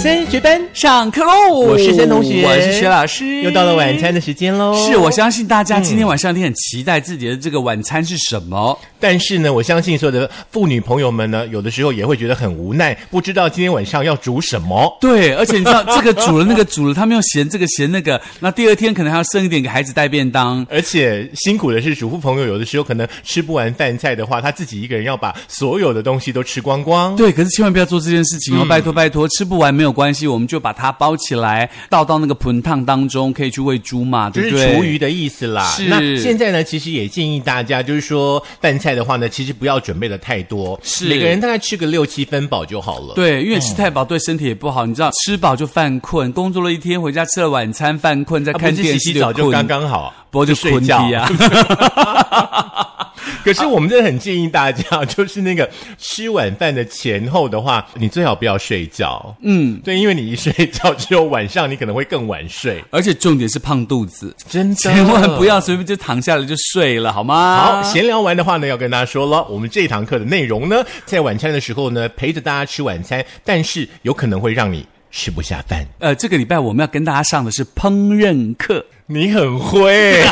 森学班上课喽！我是森同学我是薛老师。哦又到了晚餐的时间喽。是我相信大家今天晚上一定很期待自己的这个晚餐是什么。但是呢，我相信所有的妇女朋友们呢，有的时候也会觉得很无奈，不知道今天晚上要煮什么。 对，而且你知道这个煮了那个煮了，他们又嫌这个嫌那个，那第二天可能还要剩一点给孩子带便当。而且辛苦的是，主妇朋友有的时候可能吃不完饭菜的话，他自己一个人要把所有的东西都吃光光。对，可是千万不要做这件事情哦！拜托拜托，吃不完没有关系，我们就把它包起来，倒到那个盆烫当中，可以去喂猪嘛，就是对不对？厨余的意思啦。是那现在呢，其实也建议大家，就是说饭菜的话呢，其实不要准备的太多，是每个人大概吃个六七分饱就好了。对，因为吃太饱对身体也不好，你知道，吃饱就犯困，工作了一天回家吃了晚餐犯困，再啊，看不是洗电视洗就澡困，就刚刚好，不过就睡困觉地啊。 可是我们真的很建议大家，就是那个吃晚饭的前后的话，你最好不要睡觉。嗯，对，因为你一睡觉之后，晚上你可能会更晚睡，而且重点是胖肚子，真的千万不。要随便就躺下来就睡了，好吗？好，闲聊完的话呢，要跟大家说了，我们这堂课的内容呢，在晚餐的时候呢，陪着大家吃晚餐，但是有可能会让你吃不下 饭。呃，这个礼拜我们要跟大家上的是烹饪课，你很会，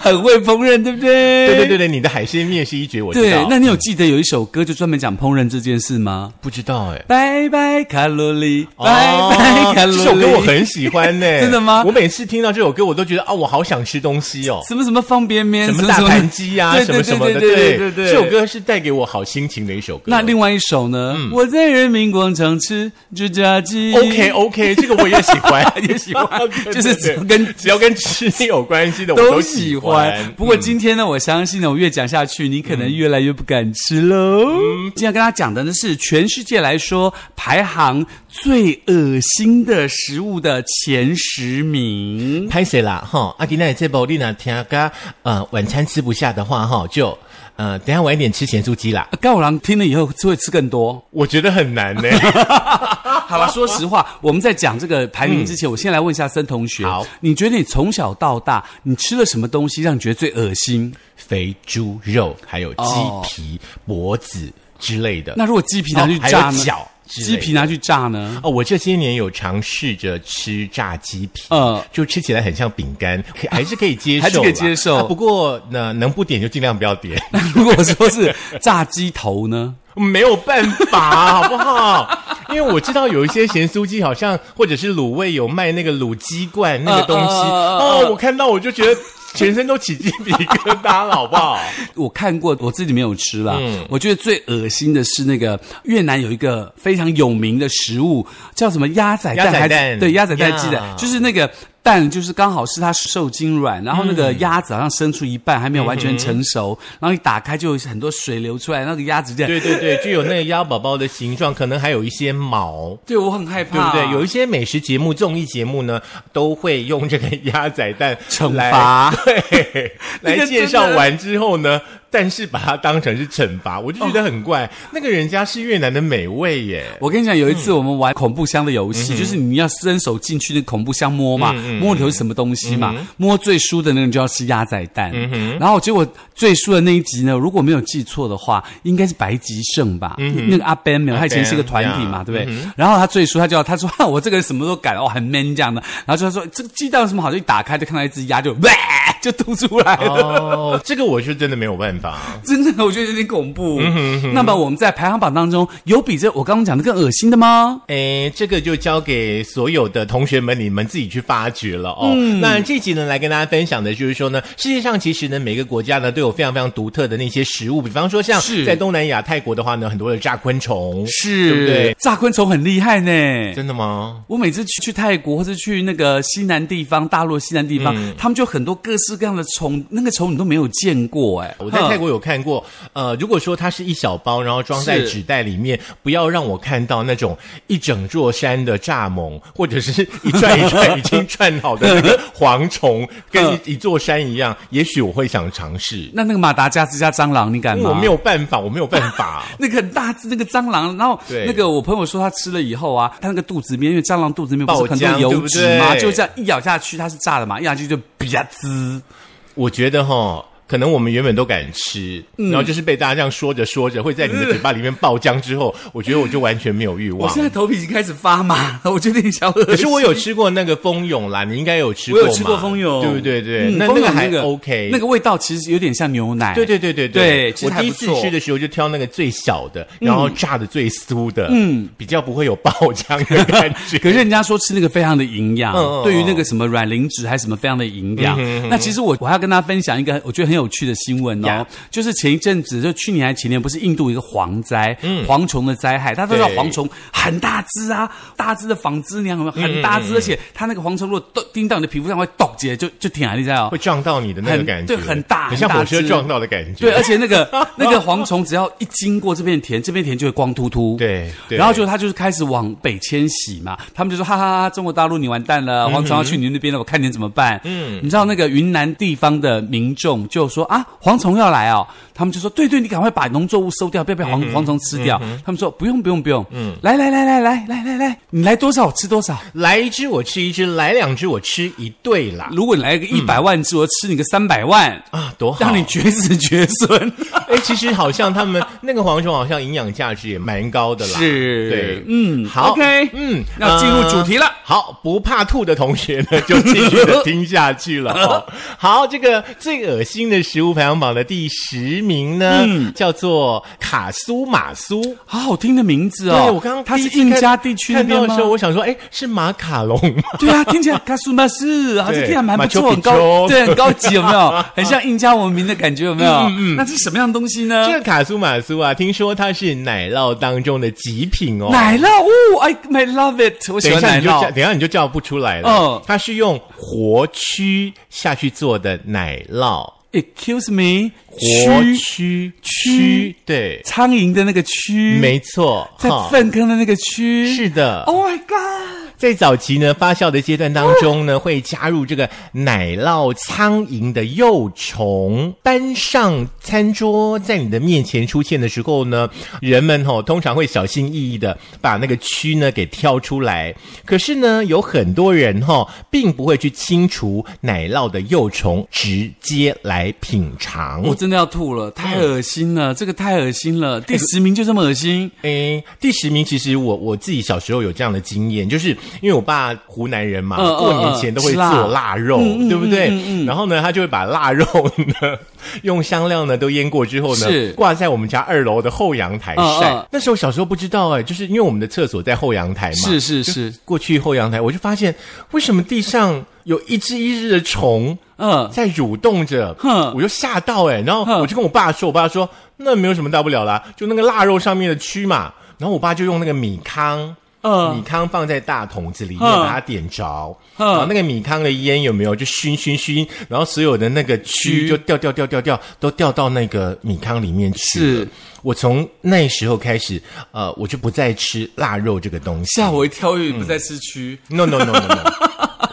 很会烹饪，对不对？啊对对对对，你的海鲜面是一绝，我知对道。那你有记得有一首歌就专门讲烹饪这件事吗？不知道哎、拜拜卡路里，拜哦拜卡路这里。首歌我很喜欢呢、 真的吗我每次听到这首歌，我都觉得啊，我好想吃东西 哦。什么什么方便面，什么大盘鸡呀、对什么什么的，对对对对。这首歌是带给我好心情的一首歌。那另外一首呢？我在人民广场吃猪脚鸡。 OK OK，这个我也喜欢， 也喜 欢对就是对对跟只要跟吃有关系的，我都喜喜欢。不过今天呢，我相信呢，我越讲下去，你可能越来越不敢吃喽。今天要跟大家讲的呢是全世界来说排行最恶心的食物的前十名。拍谁啦哈？阿吉奈这部你呢听个呃晚餐吃不下的话哈，就呃等一下晚一点吃咸酥鸡啦。高五郎听了以后就会吃更多。我觉得很难 呢、好了，说实话，我们在讲这个排名之前，我先来问一下森同学，好，你觉得你从小到大，你吃了什么东西让你觉得最恶心？肥猪肉，还有鸡哦皮、脖子之类的。那如果鸡皮拿去哦还有炸呢？脚之类鸡的皮拿去炸呢？哦，我这些年有尝试着吃炸鸡皮，呃就吃起来很像饼干，可还是可以接受啦，还是可以接受啊不过呢，能不点就尽量不要点， 如果说是炸鸡头呢？没有办法，好不好？因为我知道有一些咸酥鸡好像或者是卤味有卖那个卤鸡冠那个东西，呃呃呃哦，我看到我就觉得全身都起鸡皮疙瘩了，好不好？我看过，我自己没有吃啦。嗯我觉得最恶心的是那个越南有一个非常有名的食物，叫什么鸭仔蛋鸭仔还是蛋对，鸭仔蛋呀鸡蛋，就是那个。蛋就是刚好是它受精卵，然后那个鸭子好像生出一半，还没有完全成熟，然后一打开就有很多水流出来，那个鸭子这嗯样，对对对，就有那个鸭宝宝的形状，可能还有一些毛。对我很害对怕，不对？有一些美食节目、综艺节目呢，都会用这个鸭仔蛋惩来罚， 对，那来个介真绍的完之后呢，但是把它当成是惩罚，我就觉得很哦怪。那个人家是越南的美味耶，我跟你讲，有一次我们玩恐怖箱的游戏，就是你要伸手进去那恐怖箱摸嘛，摸里头是什么东西嘛，摸最输的那个人就要吃鸭仔蛋。然后结果最输的那一集呢，如果没有记错的话，应该是白吉胜吧？那嗯个阿 Ben 嗯没有，他以前是一个团体嘛，阿 Ben，对不对？然后他最输，他就要他说 哈我这个人什么都敢哦，很 man 这样的。然后就他说这个鸡蛋有什么好？就一打开就看到一只鸭就 哇就吐出来了。哦， 这个我是真的没有办法。真的，我觉得有点恐怖。那么我们在排行榜当中，有比这我刚刚讲的更恶心的吗？诶，哎这个就交给所有的同学们，你们自己去发掘了哦。嗯那这集呢，来跟大家分享的就是说呢，世界上其实呢，每个国家呢都有非常非常独特的那些食物，比方说像是在东南亚泰国的话呢，很多的炸昆虫，是，对不对？炸昆虫很厉害呢。真的吗？我每次去去泰国或者去那个西南地方，大陆的西南地方，嗯他们就很多各式各样的虫，那个虫你都没有见过哎。我在泰国，国有看过，呃，如果说它是一小包，然后装在是纸袋里面，不要让我看到那种一整座山的蚱蜢，或者是一串一串已经串好的那个蝗虫，跟 嗯一一座山一样，也许我会想尝试，那那个马达加斯加蟑螂，你敢因吗？为我没有办法，我没有办 法。那个很大只那个蟑螂，然后对那个我朋友说他吃了以后啊，他那个肚子里面，因为蟑螂肚子里面不爆是很多浆对油不脂吗？对就这样一咬下去，它是炸的嘛，一咬下去就啪滋。我觉得哈。可能我们原本都敢吃，嗯然后就是被大家这样说着说着，会在你的嘴巴里面爆浆之后，我觉得我就完全没有欲我望。现在头皮已经开始发麻了，我决定想 喝。可是我有吃过那个蜂蛹啦，你应该有吃过我嘛，有吃过蜂蛹，对不对？对，嗯那蜂那蛹个还那个 OK，那个味道其实有点像牛奶。对对对对对其实我还第一不次错嗯吃的时候就挑那个最小的，然后炸的最酥的，嗯，比较不会有爆浆的感觉。 可是人家说吃那个非常的营养，嗯嗯对于那个什么卵磷脂还是什么非常的营养。那其实我我还要跟大家分享一个我觉得很有趣的新闻呀哦，就是前一阵子就去年还前年不是印度有一个蝗灾，蝗虫的灾害，大家都知道嗯对蝗虫很大只啊，大只的纺织娘有没有嗯很大只，而且它那个蝗虫如果都叮到你的皮肤上会冻结，就就挺厉害哦会。撞到你的那个很感觉，对很大很像很大火车只撞到的感觉。对，而且那 个那个蝗虫只要一经过这片田，这片田就会光秃秃。对对然后就它就是开始往北迁徙嘛，他们就说哈哈哈，中国大陆你完蛋了，蝗虫要去你那边了，我看你怎么办。嗯，你知道那个云南地方的民众就说啊，蝗虫要来哦，他们就说对对，你赶快把农作物收掉，不要被蝗蝗虫吃掉。他们说不用不用不用，嗯，来来来来来来来来，你来多少我吃多少。来一只我吃一只，来两只我吃一对啦。如果你来个一百万只，我吃你个三百万，啊，多好！让你绝子绝孙。哎、其实好像他们那个蝗虫好像营养价值也蛮高的啦。 是对，嗯好 OK 嗯，呃要进入主题了好，不怕吐的同学呢，就继续的听下去 了、哦。好，这个最恶心的食物排行榜的第十名呢，嗯叫做卡苏马苏。好好听的名字哦！对，我刚刚它第是一次印看加地区那看到边的时候，吗？我想说，哎，是马卡龙 吗？对啊，听起来卡苏马斯，好像听起来蛮不错，马丘很比丘高，对，很高级，有没有？ 很像印加文明的感觉，有没有？嗯那这是什么样的东西呢这？个卡苏马苏啊，听说它是奶酪当中的极品哦。奶酪，哦，I I love it，我喜等一欢下奶你就叫，酪。等一下你就叫不出来了。嗯它是用活蛆下去做的奶酪， Excuse me，活蛆，蛆蛆对，苍蝇的那个蛆，没错，在哈粪坑的那个蛆，是的。 Oh my God，在早期呢发酵的阶段当中呢，会加入这个奶酪苍蝇的幼虫。搬上餐桌，在你的面前出现的时候呢，人们哦通常会小心翼翼的把那个蛆呢给挑出来。可是呢，有很多人哦，并不会去清除奶酪的幼虫，直接来品尝。我真的要吐了，太嗯恶心了，这个太恶心了，第十名就这么恶心。诶，第十名其实我我自己小时候有这样的经验，就是因为我爸湖南人嘛，嗯嗯过年前都会嗯吃做辣腊肉，嗯对不对？然后呢，他就会把腊肉呢用香料呢都腌过之后呢是，挂在我们家二楼的后阳台晒。嗯嗯那时候小时候不知道哎、就是因为我们的厕所在后阳台嘛，是是是，过去后阳台，我就发现为什么地上有一只一只的虫。嗯，在蠕动着，哼我就吓到哎、然后哼我就跟我爸说，我爸说那没有什么大不了啦，就那个腊肉上面的蛆嘛，然后我爸就用那个米糠。嗯米糠放在大桶子里面，哼把它点着，哼然后那个米糠的烟有没有就熏熏熏，然后所有的那个蛆蛆就掉掉掉掉掉，都掉到那个米糠里面去了是。我从那时候开始，呃，我就不再吃腊肉这个东西。吓我一跳，因为你不在市区。 No no no no no！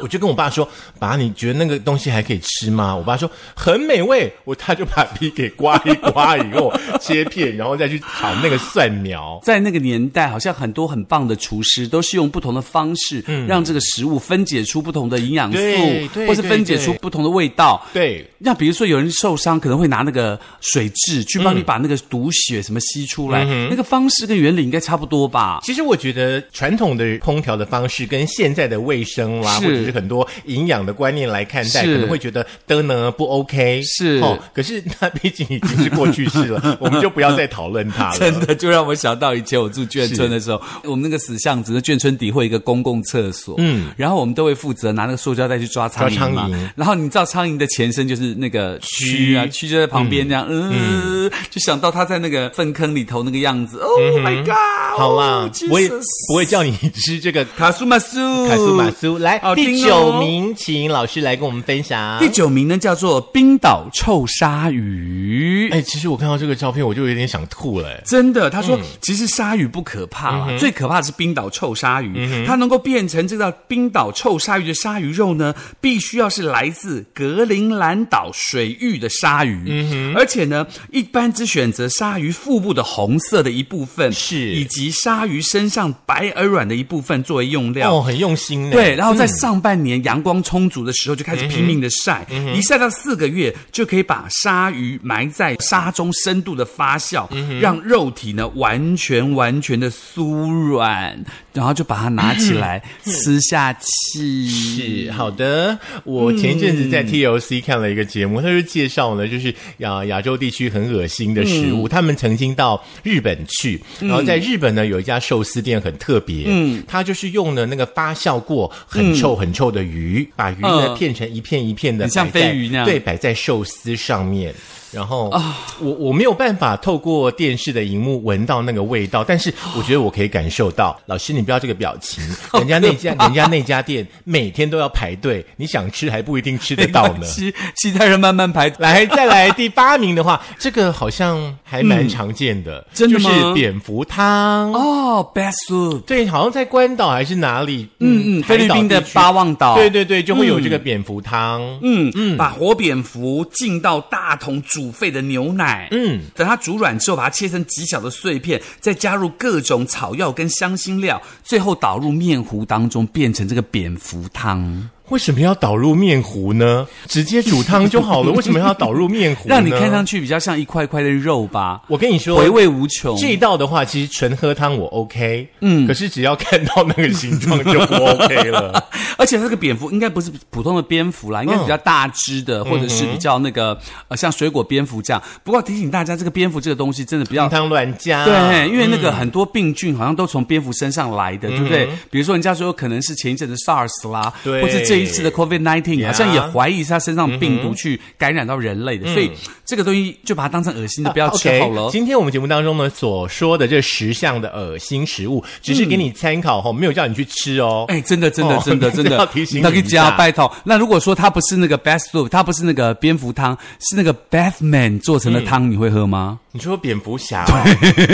我 就跟我爸说：“爸，你觉得那个东西还可以吃吗？”我爸说：“很美味。”我他就把皮给刮一刮，以后切片，然后再去炒那个蒜苗。在那个年代，好像很多很棒的厨师都是用不同的方式，让这个食物分解出不同的营养素对，对或是分解对出不同的味道。对，那比如说，有人受伤，可能会拿那个水蛭去帮你把那个毒血什么吸出来，那个方式跟原理应该差不多吧？其实我觉得传统的烹调的方式跟现在的卫生啦，是或者是很多营养的观念来看待，是可能会觉得的呢不 OK 是哦。可是那毕竟已经是过去式了，我们就不要再讨论它了。 真的就让我想到以前我住眷村的时候，我们那个死巷子的眷村底会有一个公共厕所，嗯，然后我们都会负责拿那个塑胶袋去抓苍抓蝇苍嘛蝇。然后你知道苍蝇的前身就是那个蛆啊，蛆就在旁边这样，嗯，就想到它在那个粪坑里头那个样子，Oh my god！哦好 Oh, 啦，我也不会叫叫你吃这个卡苏马苏，凯苏马。苏来、好第听哦九名，请老师来跟我们分享第。九名呢叫做冰岛臭鲨鱼。哎、其实我看到这个照片，我就有点想吐了、哎真的，他说、其实鲨鱼不可怕啦，最可怕的是冰岛臭鲨鱼。它能够变成这道冰岛臭鲨鱼的鲨鱼肉呢，必须要是来自格陵兰岛水域的鲨鱼。而且呢，一般只选择鲨鱼腹部的红色的一部分，是以及鲨鱼身上白而软的一部分作为用料。哦，很用心呢、对，然后在上半年阳光充足的时候就开始拼命的晒，一晒到四个月就可以把鲨鱼埋在沙中深度的发酵，让肉体呢完全完全的酥软，然后就把它拿起来吃下去。是好的，我前一阵子在 TLC 看了一个节目，它就介绍呢，就是亚亚洲地区很恶心的食嗯物。他们曾经到日本去，然后在日本呢有一家寿司店很特别，嗯，它就是用了那个发酵过很臭很臭的鱼，把鱼呢嗯片成一片一片的，很像摆在飞鱼那样对，摆在寿司上面。然后啊我我没有办法透过电视的荧幕闻到那个味道，但是我觉得我可以感受到。老师，你不要这个表 情，人家那家人家那家店每天都要排队，你想吃还不一定吃得到 呢。其其他人慢慢排 来，再来第八名的话，这个好像还蛮常见的，嗯真的就吗是蝙蝠汤。哦，best soup，对，好像在关岛还是哪里，嗯嗯，菲律宾的嗯巴望岛，对对对，就会有这个蝙蝠汤。嗯嗯，把活蝙蝠浸到大桶煮沸的牛奶，嗯，等它煮软之后，把它切成极小的碎片，再加入各种草药跟香辛料，最后倒入面糊当中，变成这个蝙蝠汤，为什么要导入面糊呢？直接煮汤就好了，为什么要导入面糊呢？让你看上去比较像一块块的肉吧，我跟你说，回味无穷。这一道的话，其实纯喝汤我 OK，嗯，可是只要看到那个形状就不 OK 了。 而且这个蝙蝠应该不是普通的蝙蝠嗯啦，应该比较大只的，或者是比较那个呃像水果蝙蝠这样。不过提醒大家，这个蝙蝠这个东西真的不要汤汤乱加，对，因为那个嗯很多病菌好像都从蝙蝠身上来的，对不对？比如说，人家说有可能是前一阵的 SARS 啦，对或是这一次的 COVID nineteen，呀好像也怀疑是它身上病毒嗯去感染到人类的，所以这个东西就把它当成恶心的，不要吃啊 OK，好了。今天我们节目当中呢所说的这十项的恶心食物，只是给你参考哦，没有叫你去吃哦。哎，真的，真的，哦 真的，真要的提醒，那你一个下加拜托。那如果说它不是那个 best soup，它不是那个蝙蝠汤，是那个 Bathman 做成的嗯汤，你会喝吗？你说蝙蝠侠、哦，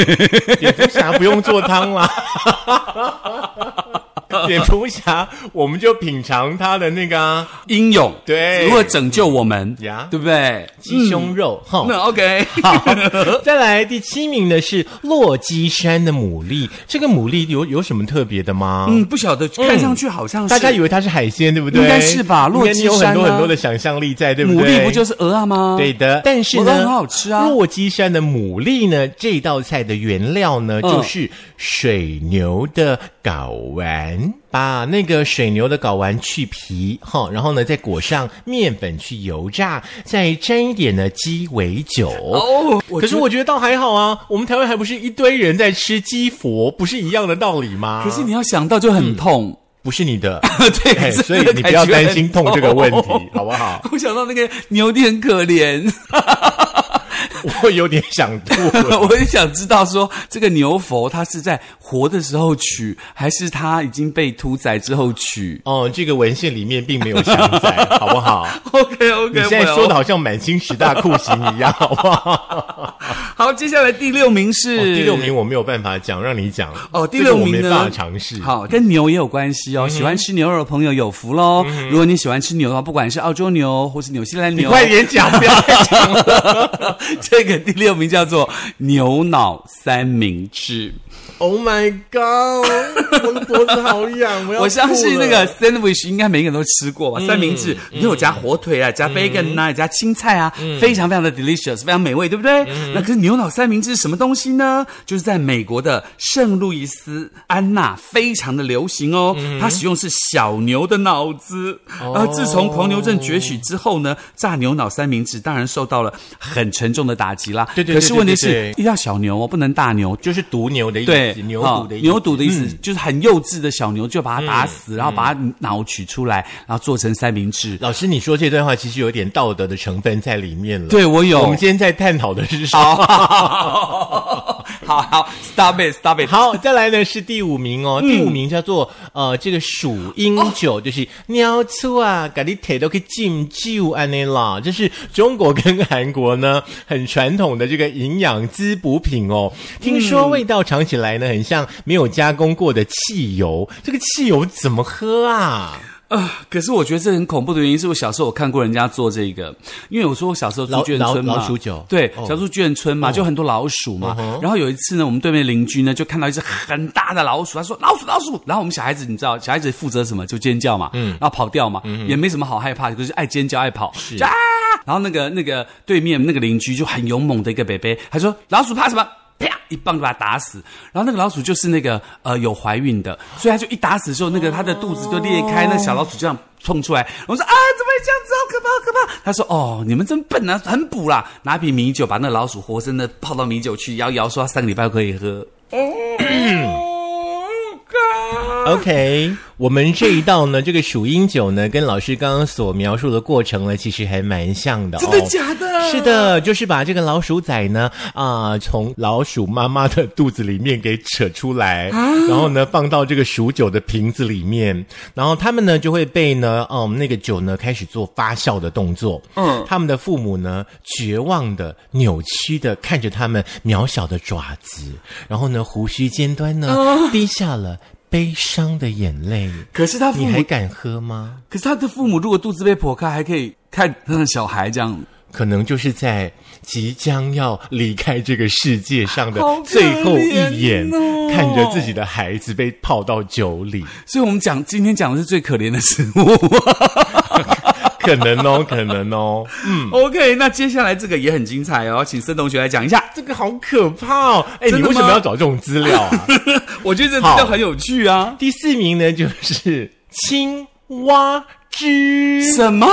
蝙蝠侠不用做汤啦。 蝙蝠侠，我们就品尝它的那个啊英勇，对如何拯救我们呀，对不对？鸡胸肉哈。那 OK，好，再来第七名的是落基山的牡蛎，这个牡蛎有有什么特别的吗？嗯，不晓得，看上去好像是啊大家以为它是海鲜，对不对？应该是吧应该你有落基很山啊多很多的想象力在，对不牡对？蛎不就是鹅啊吗？对的，但是呢，牡蛎很好吃啊洛基山的牡蛎呢，这道菜的原料呢，嗯就是水牛的睾丸，把那个水牛的睾丸去皮，哈，然后呢，再裹上面粉去油炸，再沾一点呢鸡尾酒。哦，我可是觉得我觉得倒还好啊，我们台湾还不是一堆人在吃鸡佛，不是一样的道理吗？可是你要想到就很 痛，不是你 的，嗯哎对，所以你不要担心痛这个 问题，好吧？不好？我想到那个牛弟很可怜，我有点想吐了。 我也想知道说这个牛佛他是在活的时候取，还是他已经被屠宰之后取哦，这个文献里面并没有详载，好不 好？ ？OK OK，你现在哦说的好像满清十大酷刑一 样，好不好？好，接下来第六名是、哦第六名我没有办法讲，让你讲。哦，第这个六名我没呢？办法尝试。好，跟牛也有关系嗯哦。喜欢吃牛肉的朋友有福喽。如果你喜欢吃牛的话，不管是澳洲牛或是纽西兰你牛，快点讲，不要再讲。 这个第六名叫做牛脑三明治。 Oh my god！我的脖子好痒，我要 我相信吐那了嗯个 sandwich 应该每个人都吃过吧？三明治，你有加火腿啊，加 bacon 啊，加青菜啊，嗯非常非常的 delicious，非常美味，对不对？那可是牛脑三明治是什么东西呢？就是在美国的圣路易斯安那非常的流行哦。嗯它使用是小牛的脑子，哦而自从狂牛症崛起之后呢，炸牛脑三明治当然受到了很沉重的打击啦。对对对可是问题对对是要小牛哦，不能大牛，就是毒牛的意对思，，牛好犊的意思。嗯牛犊的意思、就是很幼稚的小牛，就把它打死，然后把它脑取出来，然后做成三明治。老师，你说这段话其实有点道德的成分在里面了。，对我有，我们今天在探讨的是什么？好， 好好，stop it，stop it。好，再来呢是第五名嗯哦，第五名叫做呃这个蜀英哦酒，就是尿醋啊，咖喱腿都可以进酒安内啦，这是中国跟韩国呢很传统的这个营养滋补品哦。听说味道尝起来呢很像没有加工过的汽油，这个汽油怎么喝啊？啊，可是我觉得这很恐怖的原因是我小时候我看过人家做这个，因为我说我小时候住老眷老村嘛，老鼠酒对，哦嗯小时候眷村嘛，就很多老鼠嘛。然后有一次呢，我们对面邻居呢就看到一只很大的老鼠，他说老鼠老鼠，然后我们小孩子你知道，小孩子负责什么就尖叫嘛，嗯然后跑掉嘛，也没什么好害怕，就是爱尖叫爱跑，就啊。然后那个那个对面那个邻居就很勇猛的一个北北，他说老鼠怕什么？啪一棒就把它打死。然后那个老鼠就是那个呃有怀孕的，所以它就一打死之后，那个它的肚子就裂开，那小老鼠这样。冲出来，我说啊，怎么会这样子？好可怕，好可怕！他说哦，你们真笨啊，很补啦，拿瓶米酒把那老鼠活生的泡到米酒去摇一摇，说它三个礼拜可以喝。哦哦 OK，我们这一道呢，这个数英九呢，跟老师刚刚所描述的过程呢，其实还蛮像的、哦。真的假的是的，就是把这个老鼠仔呢，啊、从老鼠妈妈的肚子里面给扯出来，然后呢，放到这个数酒的瓶子里面，然后他们呢就会被呢，嗯，那个酒呢开始做发酵的动作。嗯，他们的父母呢，绝望的、扭曲的看着他们渺小的爪子，然后呢，胡须尖端呢、滴下了。悲伤的眼泪，可是他父你母还，敢喝吗？可是他的父母如果肚子被剖开，还可以看他的小孩这样。可能就是在即将要离开这个世界上的好可哦最后一眼，怜哦看着自己的孩子被泡到酒里， 所以我们讲今天讲的是最可怜的食物。可能哦， 可能哦，嗯。 OK，那接下来这个也很精彩哦，请申同学来讲一下。这个好可怕哦！哎，真你的为什么吗要找这种资料啊？ 我觉得这好真的很有趣啊。第四名呢，就是青蛙汁。什么？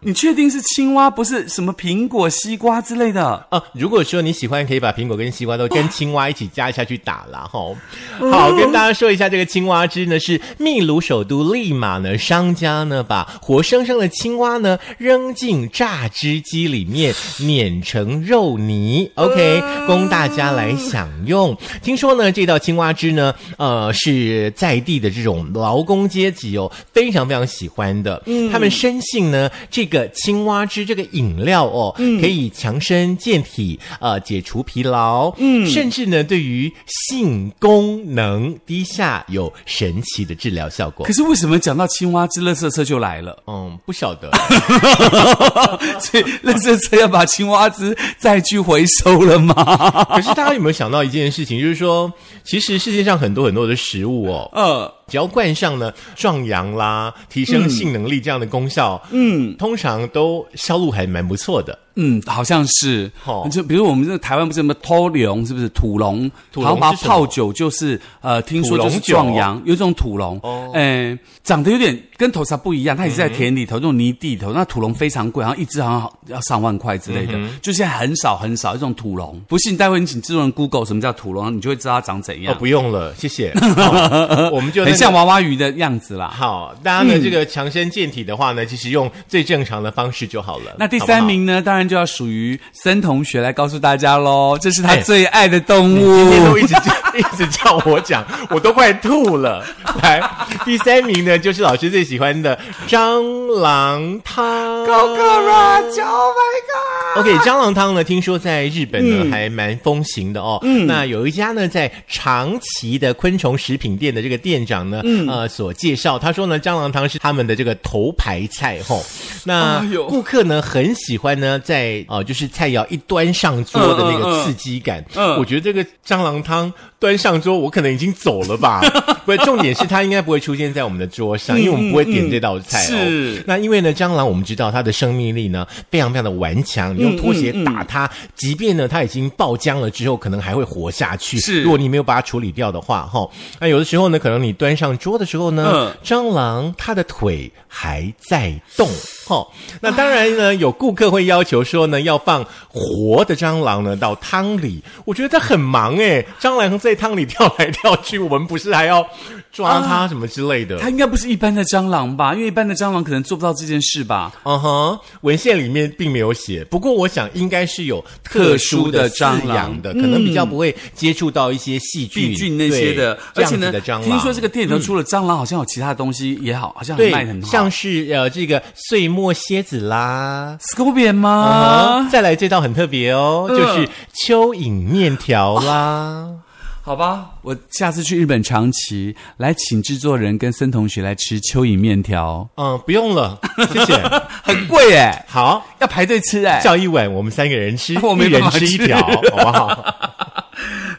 你确定是青蛙，不是什么苹果、西瓜之类的？啊，如果说你喜欢，可以把苹果跟西瓜都跟青蛙一起加下去打啦。哈。好，跟大家说一下，这个青蛙汁呢是秘鲁首都利马呢商家呢把活生生的青蛙呢扔进榨汁机里面碾成肉泥，OK，供大家来享用。听说呢这道青蛙汁呢，呃是在地的这种劳工阶级哦非常非常喜欢的，嗯他们深信呢这个青蛙汁这个饮料哦，嗯可以强身健体，呃，解除疲劳，嗯，甚至呢，对于性功能低下有神奇的治疗效果可。是为什么讲到青蛙汁，乐色车就来了？ 嗯，不晓得，所以乐色车要把青蛙汁再去回收了吗？可是大家有没有想到一件事情，就是说，其实世界上很多很多的食物哦， 呃，只要冠上呢壮阳啦、提升性能力这样的功效，嗯，通常都销路还蛮不错的。嗯，好像是哦。就比如我们这台湾不是什么偷龙，是不是土龙？土龙然后把它是什么泡酒，就是呃，听说就是土龙酒壮阳，有一种土龙，哦哎，长得有点跟头茶不一样，它也是在田里头那种泥地头，那土龙非常贵，然后一只好像好要上万块之类的，嗯就现在很少很少一种土龙。不信，待会你请制作人 Google 什么叫土龙，你就会知道它长怎哦，样，不用了，谢 谢。好我们就那很嗯个像娃娃鱼的样子啦。好，大家呢、这个强身健体的话呢，其实用最正常的方式就好了。那第好不好三。名呢，当然就要属于森同学来告诉大家喽，这是他哎最爱的动物。今天都 一直一直叫我讲，我都快吐了。 来，第三名呢，就是老师最喜欢的蟑螂汤。 Oh my OK，蟑螂汤呢，听说在日本嗯呢、还蛮风行的哦。那有一家呢，在长崎的昆虫食品店的这个店长呢，嗯呃，所介绍，他说呢，蟑螂汤是他们的这个头牌菜吼、那哎呦顾客呢很喜欢呢，在呃，就是菜肴一端上桌的那嗯嗯个嗯刺激感。嗯我觉得这个蟑螂汤端上桌，我可能已经走了 吧。不，重点是它应该不会出现在我们的桌上，因为我们不会点这道菜哦。嗯是那因为呢，蟑螂我们知道它的生命力呢非常非常的顽强，你用拖鞋打它，嗯即便呢它已经爆浆了之后，可能还会活下去。是如果你没有把它处理掉的话，哈、那有的时候呢，可能你端上桌的时候呢，嗯蟑螂它的腿还在动，哈、那当然呢，有顾客会要求说呢，要放活的蟑螂呢到汤里。我觉得它很忙诶，蟑螂在汤里跳来跳去，我们不是还要抓啊它什么之类的？它应该不是一般的蟑螂吧？因为一般的蟑螂可能做不到这件事吧。嗯哼，文献里面并没有写，不过我想应该是有特殊的饲养的，可能比较不会接触到一些细菌、病嗯菌那些的，对这而且样子呢的蟑螂。，听嗯说这个店里头除了蟑螂，好像有其他东西也好，好像对卖得很，好，像是呃这个碎末蝎子啦。 scorpion 啊、吗？再来这道很特别哦，嗯 就是蚯蚓面条啦。好吧，我下次去日本长崎，来请制作人跟森同学来吃蚯蚓面条，嗯，不用了，谢谢。很贵哎、好，要排队吃 哎、叫一碗，我们三个人吃，我没一人办法吃一吃条，好不 好？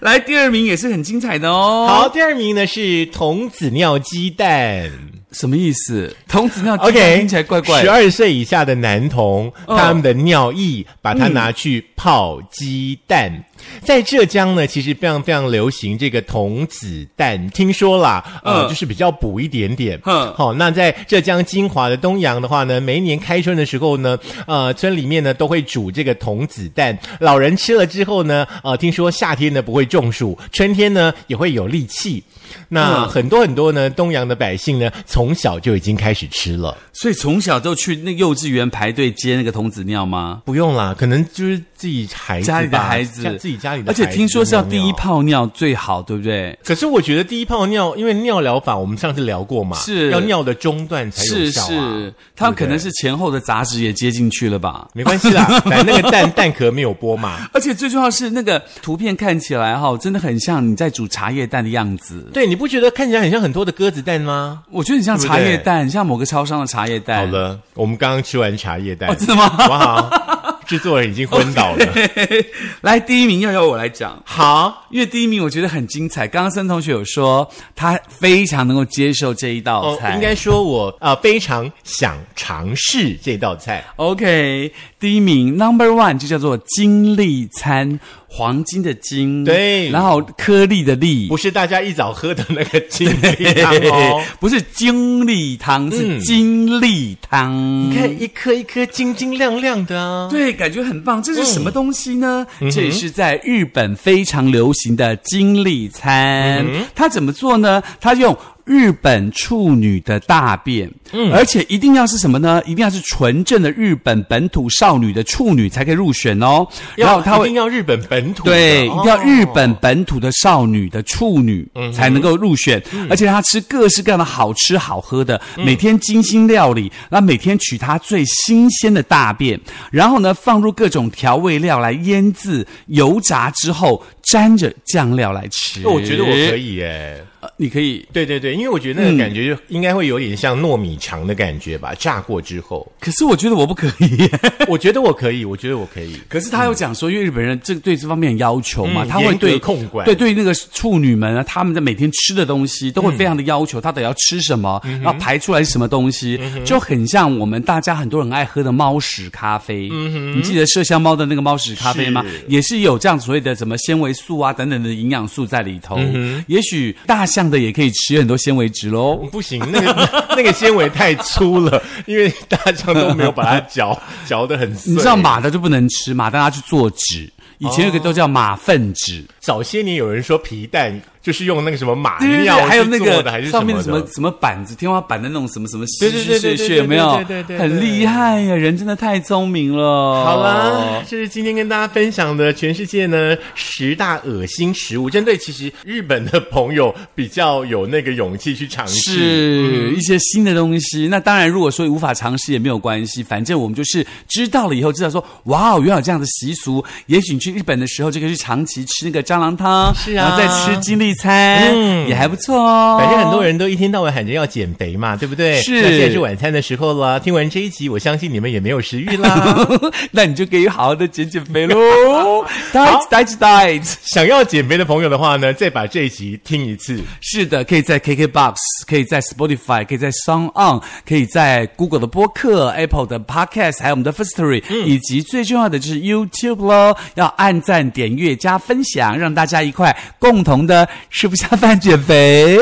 来，第二名也是很精彩的哦。好，，第二名呢是童子尿鸡蛋。什么意思？童子尿鸡蛋 OK，听起来怪怪十的。二岁以下的男童，嗯他们的尿液把它拿去泡鸡蛋。在浙江呢，其实非常非常流行这个童子蛋，听说啦，呃，嗯就是比较补一点点。嗯好、那在浙江金华的东阳的话呢，每一年开春的时候呢，呃，村里面呢都会煮这个童子蛋，老人吃了之后呢，呃，听说夏天呢不会中暑，春天呢也会有力气。那嗯很多很多呢，东阳的百姓呢，从小就已经开始吃了。所以从小就去那幼稚园排队接那个童子尿吗？不用啦，可能就是自己孩子吧家里的孩子家，自己家里的孩而子且听说是要第一尿尿。泡尿最好，对不对？可是我觉得第一泡尿，因为尿疗法我们上次聊过嘛，是要尿的中段才有是效啊。是，他可能是前后的杂质也接进去了吧？没关系啦， 反正那个蛋蛋壳没有剥嘛。而且最重要是那个图片看起来哈、真的很像你在煮茶叶蛋的样子。对，你不觉得看起来很像很多的鸽子蛋吗？我觉得你像对不茶叶对蛋，很像某个超商的茶叶蛋。好了，我们刚刚吃完茶叶蛋，哎哦，真的吗？好不好？制作人已经昏倒了。 来，第一名要由我来讲。好，因为第一名我觉得很精彩，刚刚森同学有说他非常能够接受这一道哦菜，，应该说我呃非常想尝试这道菜。 OK。第一名 Number One 就叫做金粒餐，黄金的金，对然后颗粒的粒，不是大家一早喝的那个金鱼汤哦。 不是金粒汤，是嗯金粒汤。你看一颗一颗晶晶亮亮的啊。对，感觉很棒。这是什么东西呢？嗯这也是在日本非常流行的金利餐。嗯它怎么做呢？它用日本处女的大便，嗯而且一定要是什么呢？一定要是纯正的日本本土少女的处女才可以入选哦。要，然后它一会定。要日本本土的对，一哦定要日本本土的少女的处女嗯才能够入选，而且她吃各式各样的好吃好喝的，嗯每天精心料理，然后每天取她最新鲜的大便，然后呢放入各种调味料来腌制、油炸之后，沾着酱料来吃。哦我觉得我可，以耶，呃、你可以。对对对，因为我觉得那个感嗯觉就应该会有点像糯米肠的感觉吧，炸过之后，可是我觉得我不可以，我觉得我可以，我觉得我可以，可是他有讲说，因为日本人这对这方面很要求嘛，嗯他会严格对控管对对那个处女们啊，他们在每天吃的东西都会非常的要求，他得要吃什么，嗯然后排出来是什么东西，就很像我们大家很多人爱喝的猫屎咖啡。你记得麝香猫的那个猫屎咖啡吗嗯是？也是有这样所谓的什么纤维素啊等等的营养素在里头。嗯也许大象的也可以吃很多纤维质喽。不行，那个 那个纤维太粗了，因为大象都没有把 它嚼嚼得很碎。你知道？马的就不能吃，马让它去做纸。以前哦有个都叫马粪纸，早些年有人说皮蛋就是用那个什么马对对对，尿还有那啊去做的还个是上面的什么什么板子，天花板的那种什么什么对屑对屑对对屑对屑，对有没有对对对对？很厉害呀，人真的太聪明了。好哦啦，，这是今天跟大家分享的全世界呢十大恶心食物，针对其实日本的朋友比较有那个勇气去尝试。是一些新的东西。那当然，如果说无法尝试也没有关系，反正我们就是知道了以后，知道说，哇哦，原来有这样的习俗。也许你去日本的时候，就可以去长期吃那个蟑螂汤，是啊然后再吃金利餐，嗯也还不错哦。反正很 多人都一天到晚喊着要减肥嘛，对不对？是那现在是晚餐的时候啦。听完这一集，我相信你们也没有食欲 啦。那你就可以好好的减减 肥喽。diet diet diet。想要减肥的朋友的话呢，再把这一集听一 次。是的，可以在 KKBox，可以在 Spotify，可以在 Sound On，可以在 Google 的播客、Apple 的 Podcast，还有我们的 Firstory，、以及最重要的就是 YouTube 喽。要按赞、点阅、加分享，让大家一块共同的吃不下饭减 肥。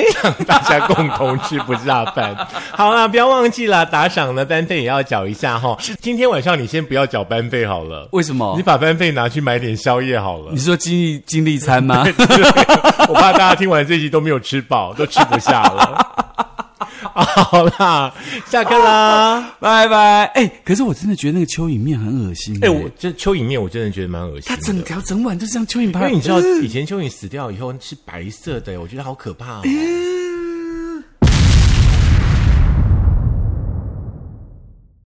大家共同吃不下饭。好啦，不要忘记了打赏呢，班费也要缴一下哈。今天晚上你先不要缴班费好了，为什么你？把班费拿去买点宵夜好了你。是说精力精力餐吗？ 我怕大家听完这集都没有吃饱，都吃不下了。 好啦，下课 啦。 拜拜。哎，可是我真的觉得那个蚯蚓面很恶心、欸哎、我这蚯蚓面我真的觉得蛮恶心它的。整条整碗都是像蚯蚓因排，为你知道，嗯以前蚯蚓死掉以后是白色的，我觉得好可怕哦。